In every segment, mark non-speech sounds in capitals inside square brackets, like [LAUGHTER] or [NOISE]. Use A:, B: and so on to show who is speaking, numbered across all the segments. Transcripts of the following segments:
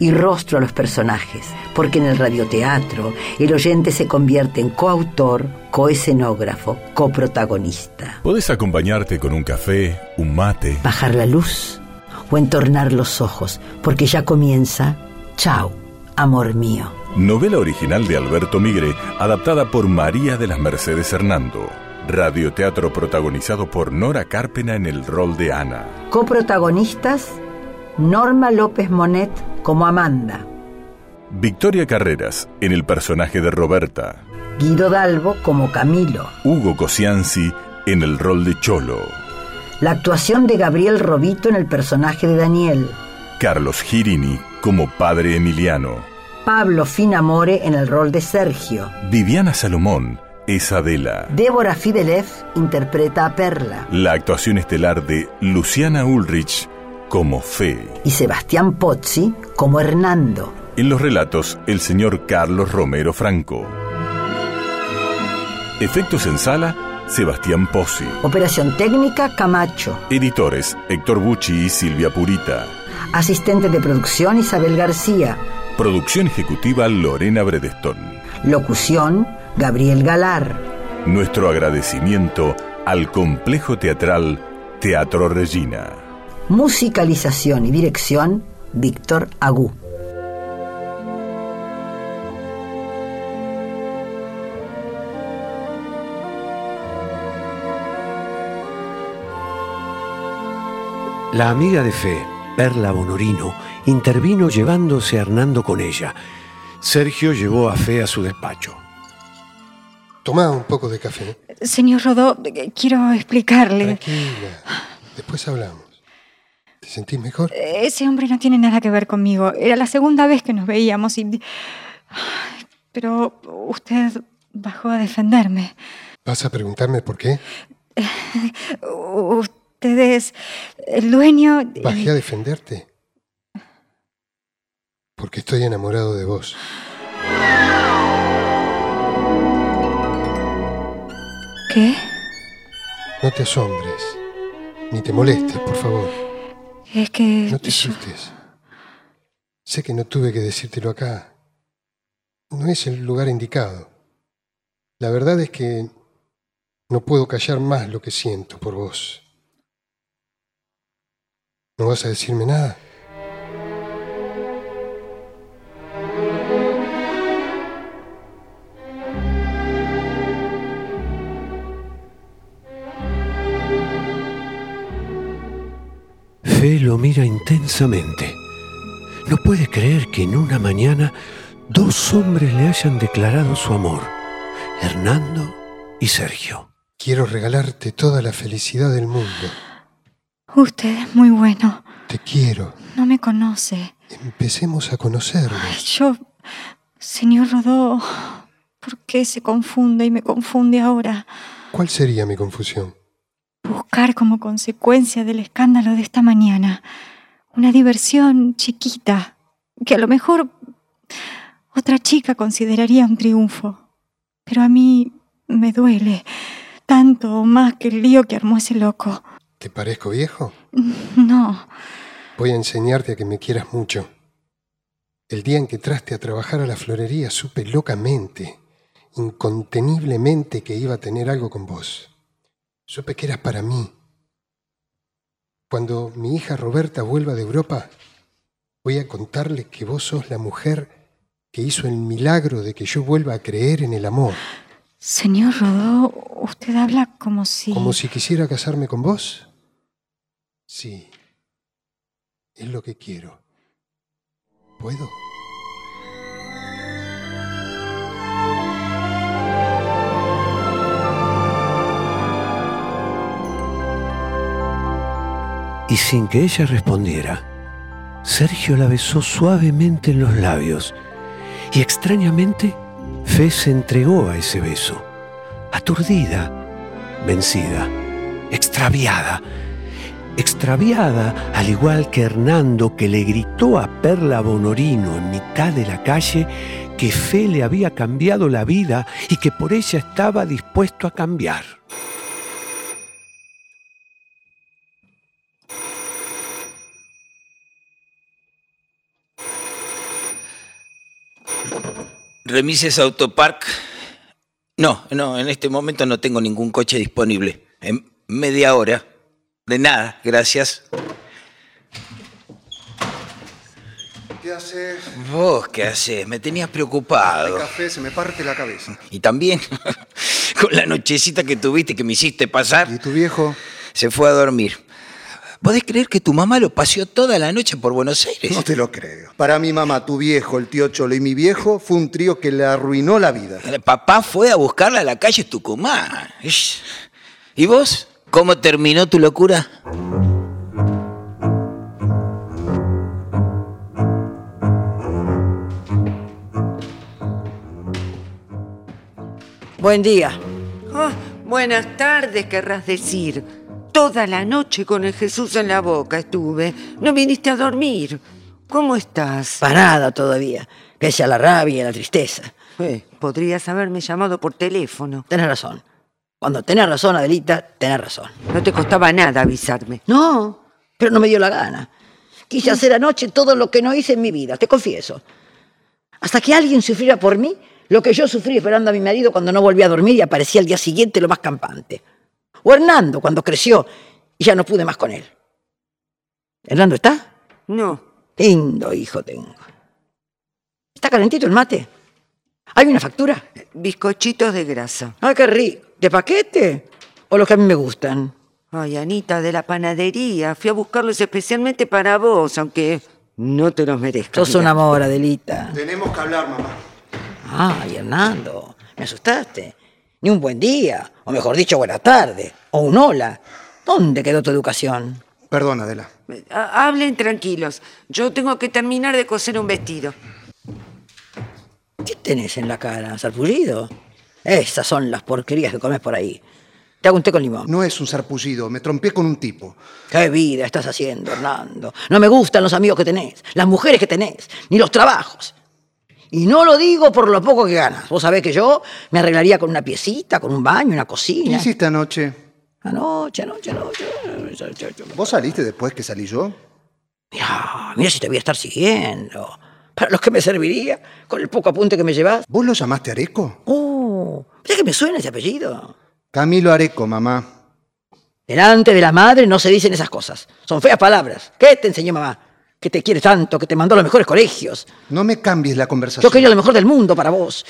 A: y rostro a los personajes, porque en el radioteatro el oyente se convierte en coautor, coescenógrafo, coprotagonista.
B: Podés acompañarte con un café, un mate.
A: Bajar la luz o entornar los ojos, porque ya comienza Chao, amor mío.
B: Novela original de Alberto Migre, adaptada por María de las Mercedes Hernando. Radioteatro protagonizado por Nora Carpena en el rol de Ana.
A: Coprotagonistas Norma López Monet como Amanda,
B: Victoria Carreras en el personaje de Roberta.
A: Guido Dalbo como Camilo,
B: Hugo Cosianzi en el rol de Cholo.
A: la actuación de Gabriel Robito en el personaje de Daniel,
B: Carlos Girini como padre Emiliano.
A: Pablo Finamore en el rol de Sergio,
B: Viviana Salomón es Adela.
A: Débora Fidelef interpreta a Perla
B: La actuación estelar de Luciana Ulrich como Fe.
A: y Sebastián Pozzi como Hernando.
B: En los relatos, el señor Carlos Romero Franco. Efectos en sala, Sebastián Pozzi.
A: Operación técnica Camacho.
B: Editores, Héctor Bucci y Silvia Purita.
A: Asistente de producción Isabel García.
B: Producción ejecutiva, Lorena Bredestón.
A: Locución Gabriel Galar.
B: Nuestro agradecimiento al complejo teatral Teatro Regina.
A: Musicalización y dirección Víctor Agú.
C: La amiga de fe, Perla Bonorino, intervino llevándose a Hernando con ella. Sergio llevó a Fe a su despacho.
D: Tomá un poco de café.
E: Señor Rodó, eh, quiero explicarle.
D: Tranquila. Después hablamos. ¿Te sentís mejor?
E: Ese hombre no tiene nada que ver conmigo. Era la segunda vez que nos veíamos y... Ay, Pero usted bajó a defenderme.
D: ¿Vas a preguntarme por qué?
E: U- Usted es el dueño... y-
D: Bajé a defenderte. Porque estoy enamorado de vos.
E: ¿Qué?
D: No te asombres. Ni te molestes, por favor.
E: Es que...
D: No te
E: yo-
D: asustes. Sé que no tuve que decírtelo acá. No es el lugar indicado. La verdad es que no puedo callar más lo que siento por vos. ¿No vas a decirme nada?
C: Fe lo mira intensamente. No puede creer que en una mañana dos hombres le hayan declarado su amor, Hernando y Sergio.
D: Quiero regalarte toda la felicidad del mundo.
E: Usted es muy bueno.
D: Te quiero.
E: No me conoce.
D: Empecemos a conocernos.
E: Yo... Señor Rodó, ¿por qué se confunde y me confunde ahora?
D: ¿Cuál sería mi confusión?
E: buscar como consecuencia del escándalo de esta mañana una diversión chiquita que a lo mejor otra chica consideraría un triunfo. Pero a mí me duele tanto o más que el lío que armó ese loco.
D: ¿Te parezco viejo?
E: No,
D: Voy a enseñarte a que me quieras mucho. El día en que traste a trabajar a la florería supe locamente, inconteniblemente que iba a tener algo con vos. Supe que eras para mí. Cuando mi hija Roberta vuelva de Europa, voy a contarle que vos sos la mujer que hizo el milagro de que yo vuelva a creer en el amor.
E: señor Rodó, usted habla como si...
D: ¿Como si quisiera casarme con vos? Sí. Es lo que quiero. ¿Puedo?
C: Y sin que ella respondiera, Sergio la besó suavemente en los labios y extrañamente Fe se entregó a ese beso, aturdida, vencida, extraviada, extraviada al igual que Hernando que le gritó a Perla Bonorino en mitad de la calle que Fe le había cambiado la vida y que por ella estaba dispuesto a cambiar.
F: Remises Autopark. No, no, en este momento no tengo ningún coche disponible. En media hora. [LAUGHS] De nada, gracias.
D: ¿Qué haces?
F: ¿Vos qué haces? Me tenías
D: El
F: preocupado.
D: café se me parte la cabeza.
F: Y también, con la nochecita que tuviste que me hiciste pasar,
D: ¿Y tu viejo?
F: se fue a dormir. ¿Podés creer que tu mamá lo paseó toda la noche por Buenos Aires?
D: No te lo creo. Para mi mamá, tu viejo, el tío Cholo y mi viejo fue un trío que le arruinó la vida.
F: El Papá fue a buscarla a la calle Tucumán. Ish. ¿Y vos? ¿Cómo terminó tu locura?
A: Buen día.
G: Ah, buenas tardes, querrás decir. Toda la noche con el Jesús en la boca estuve. No viniste a dormir. ¿Cómo estás?
A: Parada todavía, pese a la rabia y la tristeza.
G: Eh, podrías haberme llamado por teléfono.
A: Tenés razón. Cuando tenés razón, Adelita, tenés razón.
G: No te costaba nada avisarme.
A: No, pero no me dio la gana. Quise hacer anoche todo lo que no hice en mi vida, te confieso. Hasta que alguien sufriera por mí lo que yo sufrí esperando a mi marido cuando no volví a dormir y aparecía al día siguiente lo más campante. O Hernando, cuando creció y ya no pude más con él. ¿Hernando está?
G: No.
A: Lindo hijo tengo. ¿Está calentito el mate? ¿Hay una factura?
G: Bizcochitos de grasa.
A: ¡Ay, qué rico! ¿De paquete? ¿O los que a mí me gustan?
G: Ay, Anita, de la panadería. Fui a buscarlos especialmente para vos, aunque no te los merezco.
A: Sos un amor, Adelita.
D: Tenemos que hablar, mamá.
A: Ay, Hernando, me asustaste. Ni un buen día, o mejor dicho, buena tarde, o un hola. ¿Dónde quedó tu educación?
D: Perdón, Adela.
G: eh, Hablen tranquilos. Yo tengo que terminar de coser un vestido.
A: ¿Qué tenés en la cara? ¿Sarpullido? Esas son las porquerías que comes por ahí. Te hago un té con limón.
D: No es un sarpullido, me trompié con un tipo.
A: ¿Qué vida estás haciendo, Hernando? No me gustan los amigos que tenés, las mujeres que tenés, ni los trabajos. Y no lo digo por lo poco que ganas. Vos sabés que yo me arreglaría con una piecita, con un baño, una
D: ¿Qué
A: cocina.
D: hiciste anoche?
A: Anoche, anoche, anoche. anoche.
D: ¿Vos saliste después que salí yo?
A: Mirá, mirá si te voy a estar siguiendo. ¿Para los que me serviría? Con el poco apunte que me llevas.
D: ¿Vos lo llamaste Areco?
A: Oh, mirá que me suena ese apellido.
D: Camilo Areco, mamá.
A: Delante de la madre no se dicen esas cosas. Son feas palabras. ¿Qué te enseñó mamá? Que te quiere tanto, que te mandó a los mejores colegios.
D: No me cambies la
A: Yo
D: conversación.
A: quería lo mejor del mundo para vos,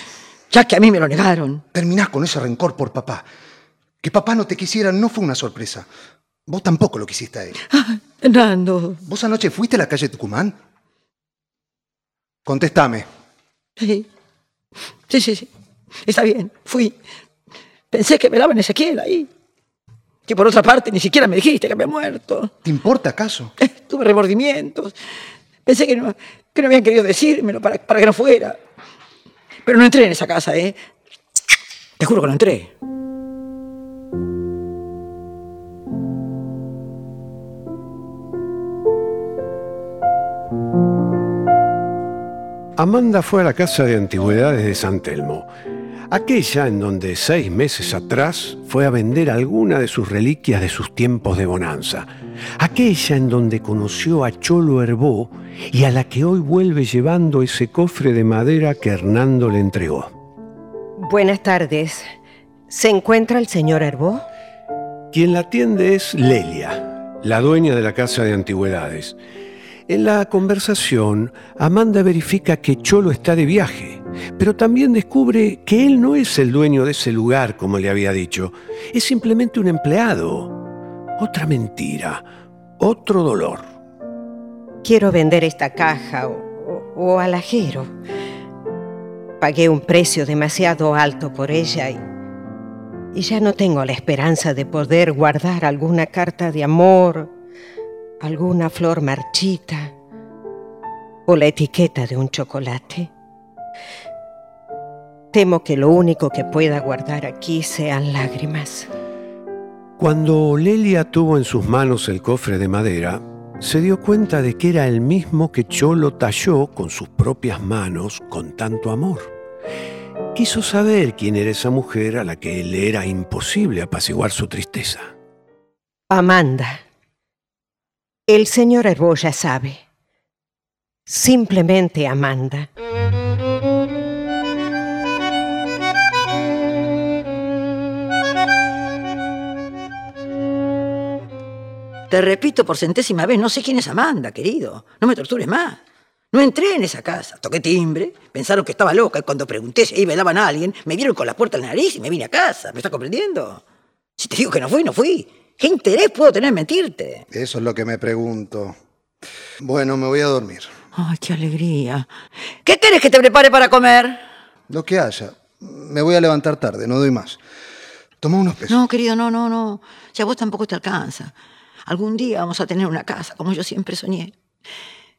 A: ya que a mí me lo negaron.
D: Terminás con ese rencor por papá. Que papá no te quisiera no fue una sorpresa. Vos tampoco lo quisiste a él.
A: Hernando,
D: ¿Vos anoche fuiste a la calle Tucumán? Contestame.
A: sí. Sí, sí, sí. Está bien, fui. Pensé que me daban Ezequiel ahí. Que por otra parte ni siquiera me dijiste que había muerto. [LAUGHS]
D: ¿Te importa acaso?
A: Tuve remordimientos. Pensé que no, que no habían querido decírmelo para, para que no fuera. Pero no entré en esa casa, ¿eh? Te juro que no entré.
C: Amanda fue a la casa de antigüedades de San Telmo, aquella en donde seis meses atrás fue a vender alguna de sus reliquias de sus tiempos de bonanza, aquella en donde conoció a Cholo Herbó y a la que hoy vuelve llevando ese cofre de madera que Hernando le entregó.
H: Buenas tardes. ¿Se encuentra el señor Herbó?
C: Quien la atiende es Lelia, la dueña de la casa de antigüedades. En la conversación, Amanda verifica que Cholo está de viaje, pero también descubre que él no es el dueño de ese lugar, como le había dicho, es simplemente un empleado. Otra mentira, otro dolor.
H: Quiero vender esta caja o, o- o al ajero. Pagué un precio demasiado alto por ella y, y ya no tengo la esperanza de poder guardar alguna carta de amor, alguna flor marchita o la etiqueta de un chocolate. Temo que lo único que pueda guardar aquí sean lágrimas.
C: Cuando Lelia tuvo en sus manos el cofre de madera, se dio cuenta de que era el mismo que Cholo talló con sus propias manos con tanto amor. Quiso saber quién era esa mujer a la que le era imposible apaciguar su tristeza.
H: Amanda, el señor Arboya sabe. Simplemente Amanda.
A: Te repito por centésima vez, no sé quién es Amanda, querido. No me tortures más. No entré en esa casa. Toqué timbre, pensaron que estaba loca y cuando pregunté si ahí bailaban a alguien, me vieron con la puerta en la nariz y me vine a casa. ¿Me estás comprendiendo? Si te digo que no fui, no fui. ¿Qué interés puedo tener en mentirte?
I: Eso es lo que me pregunto. Bueno, me voy a dormir.
A: Ay, qué alegría. ¿Qué querés que te prepare para comer?
I: Lo que haya. Me voy a levantar tarde, no doy más. Toma unos pesos.
A: No, querido, no, no, no. Si a vos tampoco te alcanza. Algún día vamos a tener una casa, como yo siempre soñé.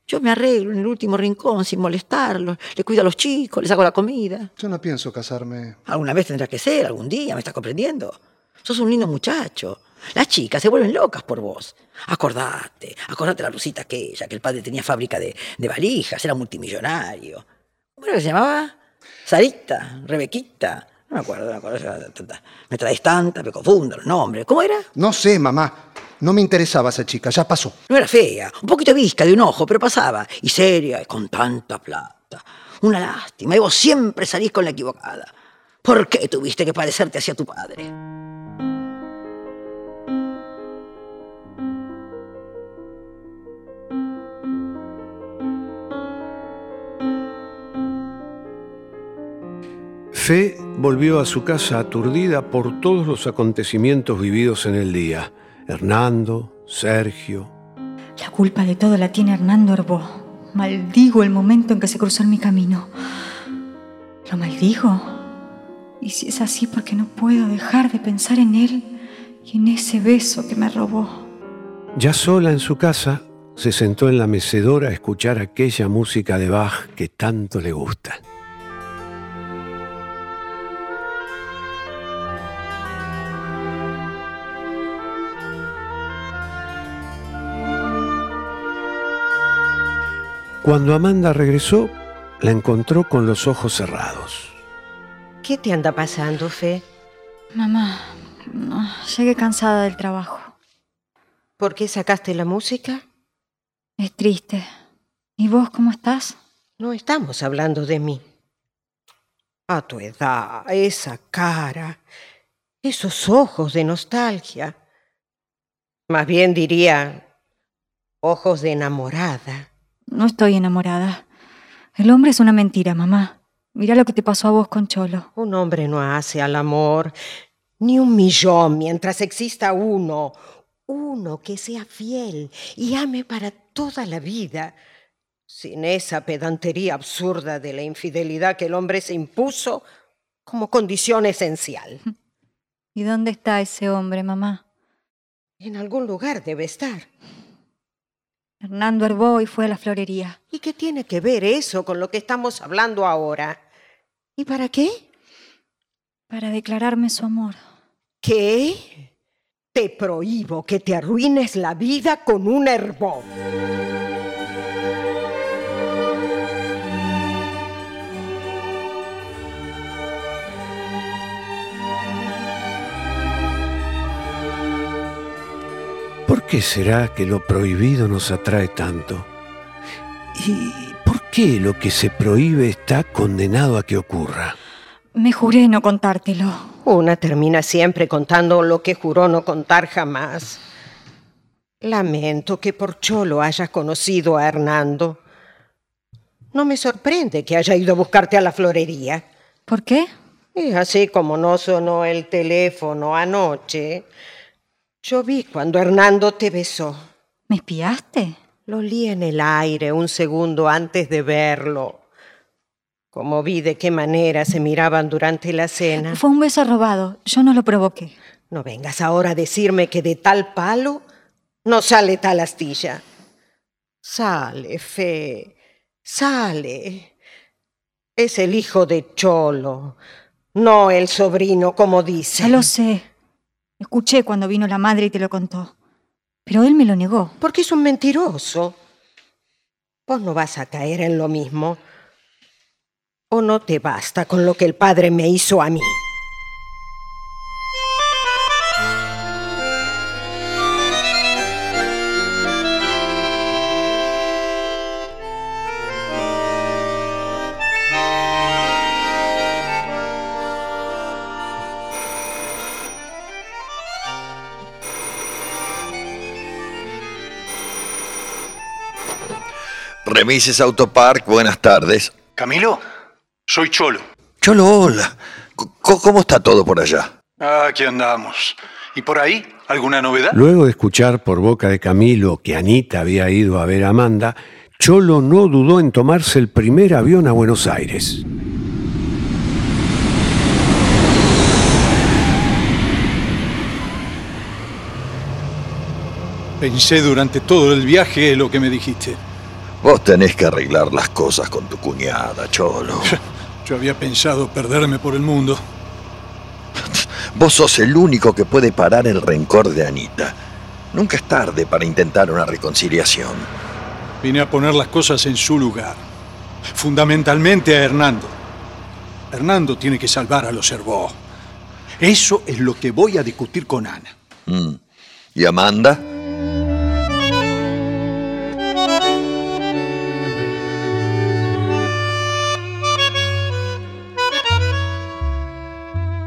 A: Yo me arreglo en el último rincón sin molestarlos, le cuido a los chicos, les hago la comida.
I: Yo no pienso casarme.
A: Alguna vez tendrá que ser, algún día, ¿me estás comprendiendo? Sos un lindo muchacho. Las chicas se vuelven locas por vos. Acordate, acordate la rusita aquella, que el padre tenía fábrica de, de valijas, era multimillonario. ¿Cómo era que se llamaba? Sarita, Rebequita. No me acuerdo, no me acuerdo. Me traes tanta, me confundo los nombres. ¿Cómo era?
I: No sé, mamá. No me interesaba esa chica, ya pasó.
A: No era fea, un poquito visca de un ojo, pero pasaba. Y seria, y con tanta plata. Una lástima, y vos siempre salís con la equivocada. ¿Por qué tuviste que parecerte hacia tu padre?
C: Fe volvió a su casa aturdida por todos los acontecimientos vividos en el día. Hernando, Sergio.
E: La culpa de todo la tiene Hernando Orbó. Maldigo el momento en que se cruzó en mi camino. ¿Lo maldigo? Y si es así, porque no puedo dejar de pensar en él y en ese beso que me robó.
C: Ya sola en su casa, se sentó en la mecedora a escuchar aquella música de Bach que tanto le gusta. Cuando Amanda regresó, la encontró con los ojos cerrados.
H: ¿Qué te anda pasando, Fe?
E: Mamá, no, llegué cansada del trabajo.
H: ¿Por qué sacaste la música?
E: Es triste. ¿Y vos cómo estás?
H: No estamos hablando de mí. A tu edad, esa cara, esos ojos de nostalgia. Más bien diría ojos de enamorada.
E: No estoy enamorada. El hombre es una mentira, mamá. Mira lo que te pasó a vos con Cholo.
H: Un hombre no hace al amor ni un millón mientras exista uno. Uno que sea fiel y ame para toda la vida. Sin esa pedantería absurda de la infidelidad que el hombre se impuso como condición [LAUGHS] esencial.
E: ¿Y dónde está ese hombre, mamá?
H: En algún lugar debe estar.
E: Hernando Herboy fue a la florería.
H: ¿Y qué tiene que ver eso con lo que estamos hablando ahora? ¿Y para qué?
E: Para declararme su amor.
H: ¿Qué? Te prohíbo que te arruines la vida con un Herboy.
C: ¿Por qué será que lo prohibido nos atrae tanto? ¿Y por qué lo que se prohíbe está condenado a que ocurra?
E: Me juré no contártelo.
H: Una termina siempre contando lo que juró no contar jamás. Lamento que por Cholo hayas conocido a Hernando. No me sorprende que haya ido a buscarte a la florería.
E: ¿Por qué?
H: Y así como no sonó el teléfono anoche, yo vi cuando Hernando te besó.
E: ¿Me espiaste?
H: Lo li en el aire un segundo antes de verlo. Como vi de qué manera se miraban durante la cena.
E: Fue un beso robado, yo no lo provoqué.
H: No vengas ahora a decirme que de tal palo no sale tal astilla. Sale, Fe, sale. Es el hijo de Cholo, no el sobrino, como dice.
E: Ya lo sé. Escuché cuando vino la madre y te lo contó. Pero él me lo negó.
H: Porque es un mentiroso. Vos no vas a caer en lo mismo. ¿O no te basta con lo que el padre me hizo a mí?
J: Remises Autopark, buenas tardes.
F: Camilo, soy Cholo.
J: Cholo, hola. Co- ¿Cómo está todo por allá?
F: Ah, Aquí andamos. ¿Y por ahí? ¿Alguna novedad?
C: Luego de escuchar por boca de Camilo que Anita había ido a ver a Amanda, Cholo no dudó en tomarse el primer avión a Buenos Aires.
F: Pensé durante todo el viaje lo que me dijiste.
J: Vos tenés que arreglar las cosas con tu cuñada,
F: [LAUGHS]
J: Cholo.
F: Yo había pensado perderme por el mundo.
J: Vos sos el único que puede parar el rencor de Anita. Nunca es tarde para intentar una reconciliación.
F: Vine a poner las cosas en su lugar. Fundamentalmente a Hernando. Hernando tiene que salvar a los Hervó. Eso es lo que voy a discutir con Ana.
J: Mm. ¿Y Amanda?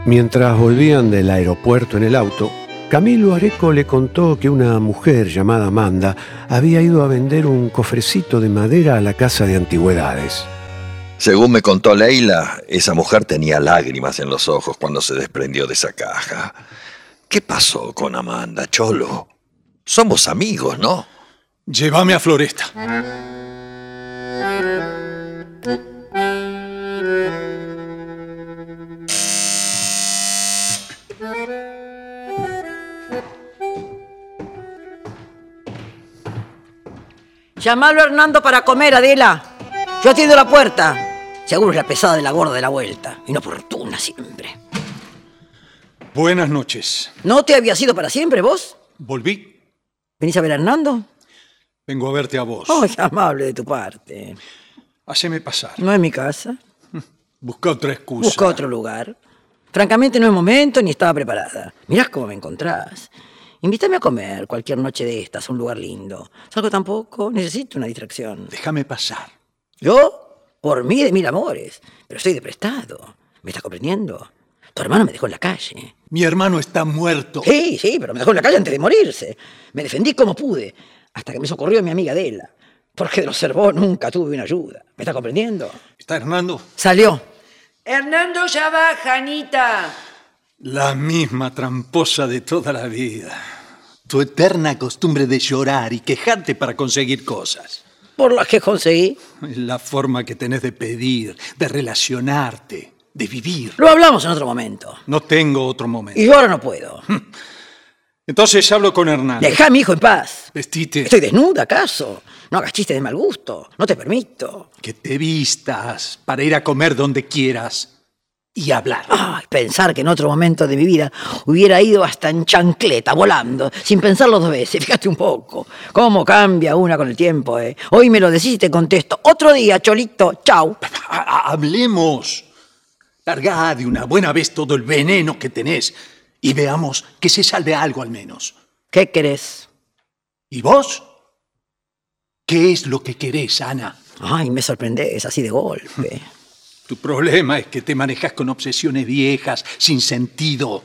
C: Mientras volvían del aeropuerto en el auto, Camilo Areco le contó que una mujer llamada Amanda había ido a vender un cofrecito de madera a la casa de antigüedades.
J: Según me contó Leila, esa mujer tenía lágrimas en los ojos cuando se desprendió de esa caja. ¿Qué pasó con Amanda, Cholo? Somos amigos, ¿no?
F: Llévame a Floresta.
A: Llamalo a Hernando para comer, Adela. Yo atiendo la puerta. Seguro es la pesada de la gorda de la vuelta. Inoportuna siempre.
F: Buenas noches.
A: ¿No te había sido para siempre vos?
F: Volví.
A: ¿Venís a ver a Hernando?
F: Vengo a verte a vos.
A: Oh, qué amable de tu parte.
F: Haceme pasar.
A: No es mi casa.
F: Busca otra excusa.
A: Busca otro lugar. Francamente no es momento ni estaba preparada. Mirás cómo me encontrás. Invítame a comer cualquier noche de estas, a un lugar lindo. Salgo tampoco, necesito una distracción.
F: Déjame pasar.
A: ¿Yo? Por mí de mil amores. Pero estoy de prestado. ¿Me estás comprendiendo? Tu hermano me dejó en la calle.
F: Mi hermano está muerto.
A: Sí, sí, pero me dejó en la calle antes de morirse. Me defendí como pude, hasta que me socorrió mi amiga Adela. Porque de los servos nunca tuve una ayuda. ¿Me estás comprendiendo?
F: ¿Está Hernando?
A: Salió.
G: Hernando ya baja, Anita.
F: La misma tramposa de toda la vida. Tu eterna costumbre de llorar y quejarte para conseguir cosas.
A: Por las que conseguí.
F: La forma que tenés de pedir, de relacionarte, de vivir.
A: Lo hablamos en otro momento.
F: No tengo otro momento.
A: Y yo ahora no puedo.
F: Entonces hablo con Hernando.
A: Dejá a mi hijo en paz.
F: Vestite.
A: ¿Estoy desnuda, acaso? No hagas chistes de mal gusto. No te permito.
F: Que te vistas para ir a comer donde quieras y hablar.
A: Ay, pensar que en otro momento de mi vida hubiera ido hasta en chancleta, volando, sin pensarlo dos veces. [LAUGHS] Fíjate un poco. Cómo cambia una con el tiempo, ¿eh? Hoy me lo decís y te contesto. Otro día, Cholito. Chau.
F: Ha- ha- Hablemos. Largá de una buena vez todo el veneno que tenés y veamos que se salve algo al menos.
A: ¿Qué querés?
F: ¿Y vos? ¿Qué es lo que querés, Ana?
A: Ay, me sorprendés así de golpe.
F: Tu problema es que te manejas con obsesiones viejas, sin sentido.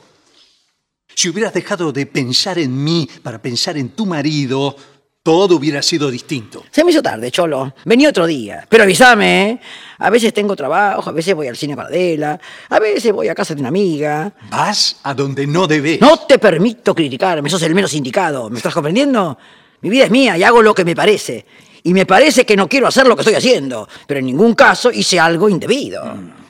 F: Si hubieras dejado de pensar en mí para pensar en tu marido, todo hubiera sido distinto.
A: Se me hizo tarde, Cholo. Vení otro día. Pero avísame, ¿eh? A veces tengo trabajo, a veces voy al cine con Adela, a veces voy a casa de una amiga.
F: Vas a donde no debes.
A: No te permito criticarme, sos el menos indicado. ¿Me estás comprendiendo? Mi vida es mía y hago lo que me parece. Y me parece que no quiero hacer lo que estoy haciendo, pero en ningún caso hice algo indebido.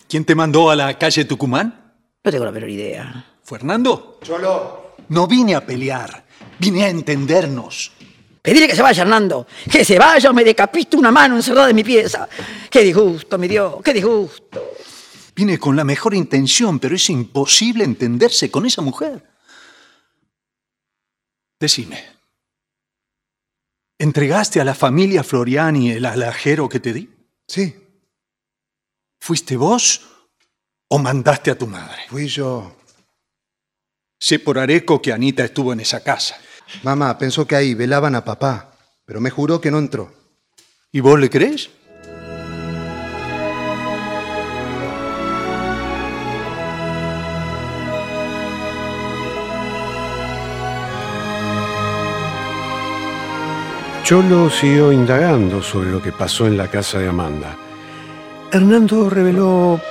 F: ¿Quién te mandó a la calle Tucumán?
A: No tengo la menor idea.
F: ¿Fernando? Cholo. No vine a pelear, vine a entendernos.
A: Que dile que se vaya, Hernando. Que se vaya o me decapito una mano encerrada en mi pieza. Qué disgusto, mi Dios, qué disgusto.
F: Viene con la mejor intención, pero es imposible entenderse con esa mujer. Decime, ¿entregaste a la familia Floriani el alajero que te di?
I: Sí.
F: ¿Fuiste vos o mandaste a tu madre?
I: Fui yo.
F: Sé por Areco que Anita estuvo en esa casa.
I: Mamá pensó que ahí velaban a papá, pero me juró que no entró.
F: ¿Y vos le crees?
C: Cholo siguió indagando sobre lo que pasó en la casa de Amanda. Hernando reveló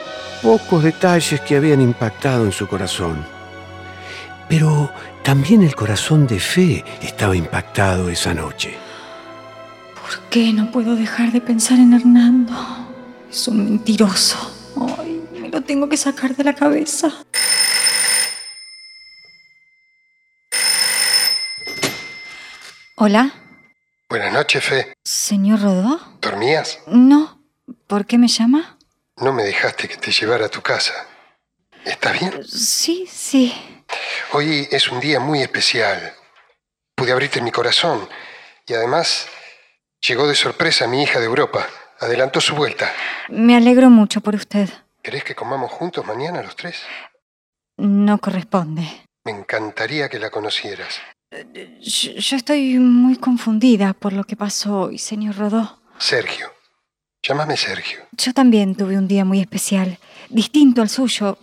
C: pocos detalles que habían impactado en su corazón. Pero también el corazón de Fe estaba impactado esa noche.
E: ¿Por qué no puedo dejar de pensar en Hernando? Es un mentiroso. Ay, me lo tengo que sacar de la cabeza. Hola,
D: Buenas noches, Fe.
E: señor Rodó.
D: ¿Dormías?
E: No, ¿por qué me llama?
D: No me dejaste que te llevara a tu casa. ¿Estás bien?
E: Sí, sí.
D: Hoy es un día muy especial. Pude abrirte mi corazón. Y además, llegó de sorpresa mi hija de Europa. Adelantó su vuelta.
E: Me alegro mucho por usted.
D: ¿Querés que comamos juntos mañana los tres?
E: No corresponde.
D: Me encantaría que la conocieras.
E: Yo, yo estoy muy confundida por lo que pasó hoy, señor Rodó.
D: Sergio. Llámame Sergio.
E: Yo también tuve un día muy especial, distinto al suyo,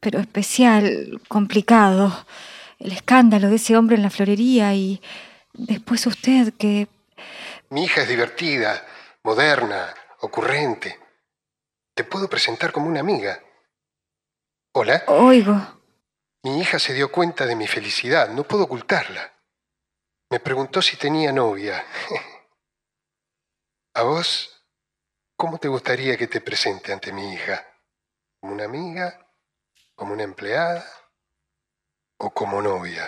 E: pero especial, complicado. El escándalo de ese hombre en la florería y después usted que...
D: Mi hija es divertida, moderna, ocurrente. Te puedo presentar como una amiga. Hola.
E: Oigo.
D: Mi hija se dio cuenta de mi felicidad, no puedo ocultarla. Me preguntó si tenía novia. [LAUGHS] ¿A vos? ¿Cómo te gustaría que te presente ante mi hija? ¿Como una amiga? ¿Como una empleada? ¿O como novia?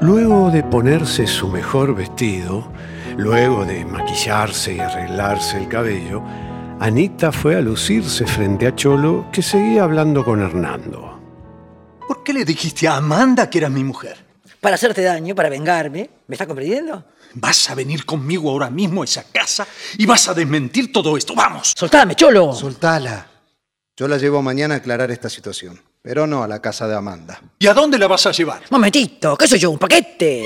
C: Luego de ponerse su mejor vestido, luego de maquillarse y arreglarse el cabello, Anita fue a lucirse frente a Cholo que seguía hablando con Hernando.
F: ¿Por qué le dijiste a Amanda que era mi mujer?
A: Para hacerte daño, para vengarme. ¿Me está comprendiendo?
F: Vas a venir conmigo ahora mismo a esa casa y vas a desmentir todo esto. ¡Vamos!
A: ¡Soltame, cholo!
I: Soltala. Yo la llevo mañana a aclarar esta situación, pero no a la casa de Amanda.
F: ¿Y a dónde la vas a llevar?
A: Momentito, ¿qué soy yo? ¿Un paquete?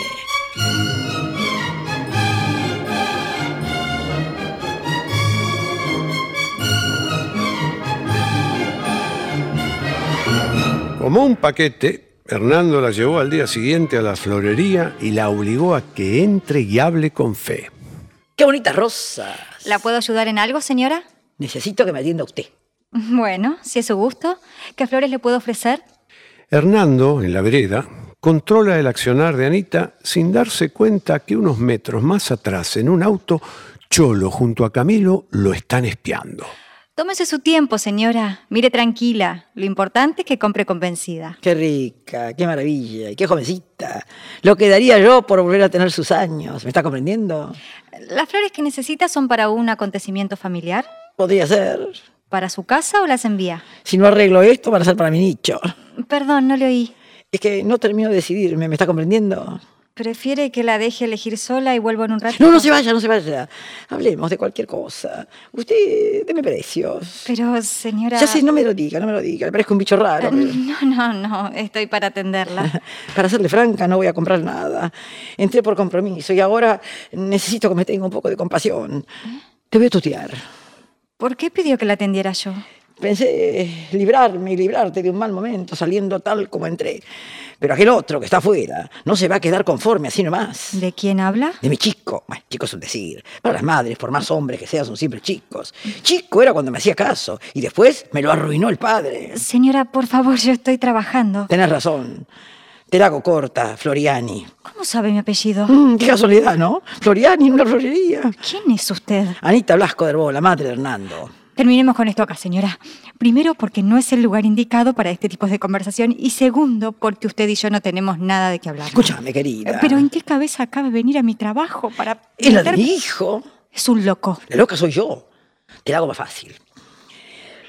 C: Como un paquete, Hernando la llevó al día siguiente a la florería y la obligó a que entre y hable con fe.
A: ¡Qué bonita rosa!
E: ¿La puedo ayudar en algo, señora?
A: Necesito que me atienda usted.
E: Bueno, si es su gusto. ¿Qué flores le puedo ofrecer?
C: Hernando, en la vereda, controla el accionar de Anita sin darse cuenta que unos metros más atrás, en un auto, Cholo junto a Camilo lo están espiando.
E: Tómese su tiempo, señora. Mire tranquila. Lo importante es que compre convencida.
A: Qué rica, qué maravilla, y qué jovencita. Lo que daría yo por volver a tener sus años. ¿Me está comprendiendo?
E: ¿Las flores que necesita son para un acontecimiento familiar?
A: Podría ser.
E: ¿Para su casa o las envía?
A: Si no arreglo esto, van a ser para mi nicho.
E: Perdón, no le oí.
A: Es que no termino de decidirme, ¿me está comprendiendo?
E: ¿Prefiere que la deje elegir sola y vuelvo en un rato?
A: No, no se vaya, no se vaya. Hablemos de cualquier cosa. Usted, deme precios.
E: Pero, señora...
A: Ya sé, no me lo diga, no me lo diga. Me parezco un bicho raro.
E: Eh,
A: pero-
E: No, no, no. Estoy para atenderla.
A: Para serle franca, no voy a comprar nada. Entré por compromiso y ahora necesito que me tenga un poco de compasión. Te voy a tutear.
E: ¿Por qué pidió que la atendiera yo?
A: Pensé eh, librarme y librarte de un mal momento saliendo tal como entré. Pero aquel otro que está afuera no se va a quedar conforme así nomás.
E: ¿De quién habla?
A: De mi chico. Bueno, chico es un decir. Para las madres, por más hombres que sean, son siempre chicos. Chico era cuando me hacía caso y después me lo arruinó el padre.
E: Señora, por favor, yo estoy trabajando.
A: Tenés razón. Te la hago corta, Floriani.
E: ¿Cómo sabe mi apellido?
A: Mm, qué casualidad, ¿no? Floriani en una florería.
E: ¿Quién es usted?
A: Anita Blasco de Herbó, la madre de Hernando.
E: Terminemos con esto acá, señora. Primero, porque no es el lugar indicado para este tipo de conversación. Y segundo, porque usted y yo no tenemos nada de qué hablar. Eh,
A: Escúchame, querida.
E: Pero ¿en qué cabeza cabe venir a mi trabajo para...
A: Es la de
E: meter-
A: mi hijo.
E: Es un loco.
A: La loca soy yo. Te la hago más fácil.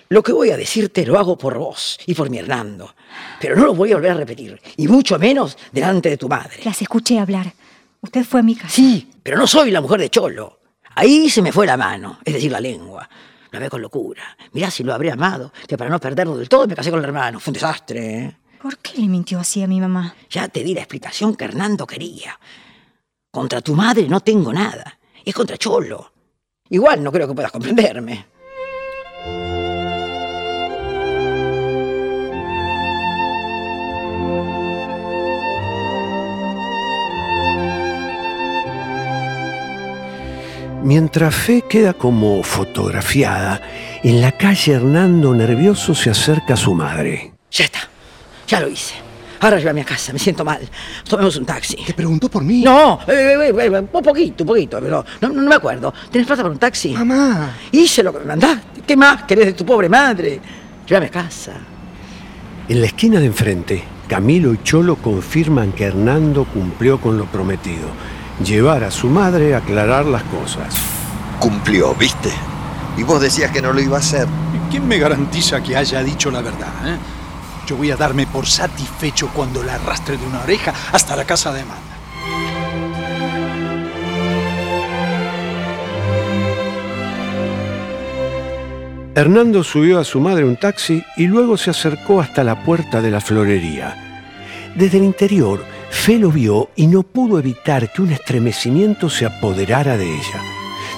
A: Lo que voy a decirte lo hago por vos y por mi Hernando. Pero no lo voy a volver a repetir. Y mucho menos delante de tu madre.
E: Las escuché hablar. Usted fue a mi casa.
A: Sí. Pero no soy la mujer de Cholo. Ahí se me fue la mano, es decir, la lengua. Lo amé con locura. Mirá si lo habré amado, que para no perderlo del todo me casé con el hermano. Fue un desastre, ¿eh?
E: ¿Por qué le mintió así a mi mamá?
A: Ya te di la explicación que Hernando quería. Contra tu madre no tengo nada. Es contra Cholo. Igual no creo que puedas comprenderme.
C: Mientras Fe queda como fotografiada, en la calle Hernando nervioso se acerca a su madre.
A: Ya está. Ya lo hice. Ahora llévame a casa, me siento mal. Tomemos un taxi. ¿Te
I: preguntó por mí?
A: No, eh, eh, eh, eh, un poquito, un poquito, pero no, no me acuerdo. ¿Tenés plata para un taxi?
I: Mamá.
A: Hice lo que me mandaste. ¿Qué más querés de tu pobre madre? Llévame a casa.
C: En la esquina de enfrente, Camilo y Cholo confirman que Hernando cumplió con lo prometido, llevar a su madre a aclarar las cosas.
J: Cumplió, ¿viste? Y vos decías que no lo iba a hacer.
F: ¿Y ¿Quién me garantiza que haya dicho la verdad? eh? Yo voy a darme por satisfecho cuando la arrastre de una oreja hasta la casa de Amanda.
C: Hernando subió a su madre un taxi y luego se acercó hasta la puerta de la florería. Desde el interior, Fe lo vio y no pudo evitar que un estremecimiento se apoderara de ella.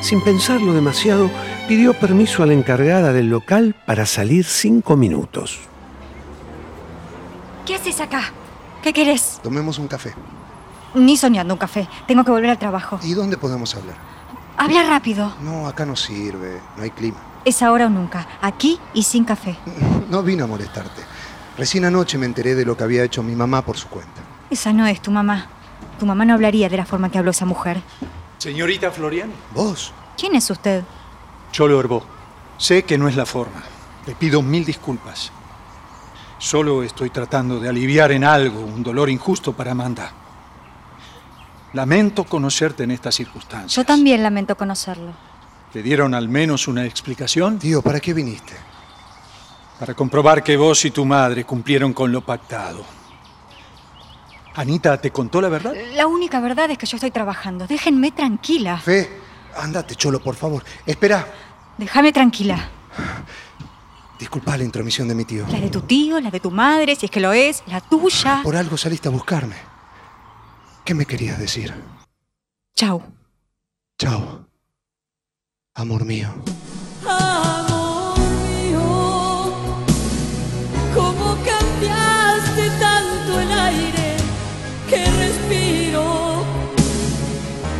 C: Sin pensarlo demasiado, pidió permiso a la encargada del local para salir cinco minutos.
E: ¿Qué haces acá? ¿Qué querés?
I: Tomemos un café.
E: Ni soñando un café. Tengo que volver al trabajo.
I: ¿Y dónde podemos hablar?
E: Habla rápido.
I: No, acá no sirve. No hay clima. [LAUGHS]
E: Es ahora o nunca. Aquí y sin café.
I: No vine a molestarte. Recién anoche me enteré de lo que había hecho mi mamá por su cuenta.
E: Esa no es tu mamá. Tu mamá no hablaría de la forma que habló esa mujer.
F: Señorita Florian.
I: ¿Vos?
E: ¿Quién es usted?
F: Yo lo herbo. Sé que no es la forma. Le pido mil disculpas. Solo estoy tratando de aliviar en algo un dolor injusto para Amanda. Lamento conocerte en estas circunstancias.
E: Yo también lamento conocerlo.
F: ¿Te dieron al menos una explicación?
I: Tío, ¿para qué viniste?
F: Para comprobar que vos y tu madre cumplieron con lo pactado. Anita, ¿te contó la verdad?
E: La única verdad es que yo estoy trabajando. Déjenme tranquila.
I: Fe, ándate, Cholo, por favor. Espera.
E: Déjame tranquila.
I: Disculpa la intromisión de mi tío.
E: La de tu tío, la de tu madre, si es que lo es, la tuya.
I: Por algo saliste a buscarme. ¿Qué me querías decir?
E: Chau.
I: Chao. Amor mío.
K: Amor mío, cómo cambiaste tanto el aire que respiro,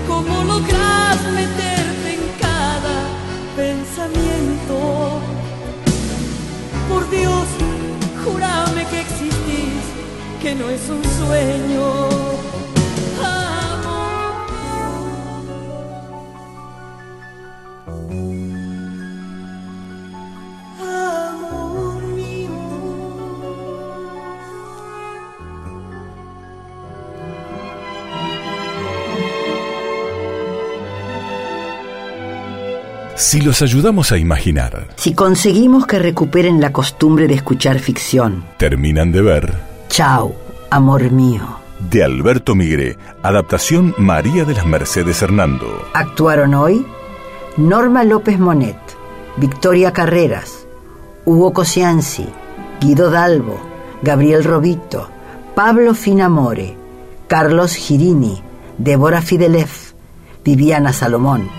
K: cómo logras meterte en cada pensamiento. Por Dios, júrame que existís, que no es un sueño. Amor Amor mío,
B: Si los ayudamos a imaginar,
L: Si conseguimos que recuperen la costumbre de escuchar ficción.
B: terminan de ver.
L: Chao, amor mío.
B: De Alberto Migré, adaptación María de las Mercedes Hernando.
L: Actuaron hoy Norma López Monet, Victoria Carreras, Hugo Cosianzi, Guido Dalbo, Gabriel Robito, Pablo Finamore, Carlos Girini, Débora Fidelef, Viviana Salomón,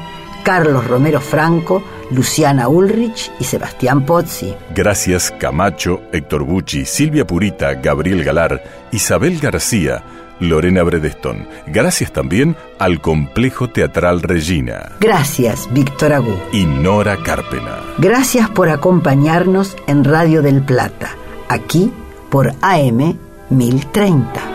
L: Carlos Romero Franco, Luciana Ulrich y Sebastián Pozzi.
B: Gracias Camacho, Héctor Bucci, Silvia Purita, Gabriel Galar, Isabel García, Lorena Bredeston. Gracias también al Complejo Teatral Regina
L: Gracias, Víctor Agú.
B: y Nora Cárpena.
L: Gracias por acompañarnos en Radio del Plata, aquí por AM 1030.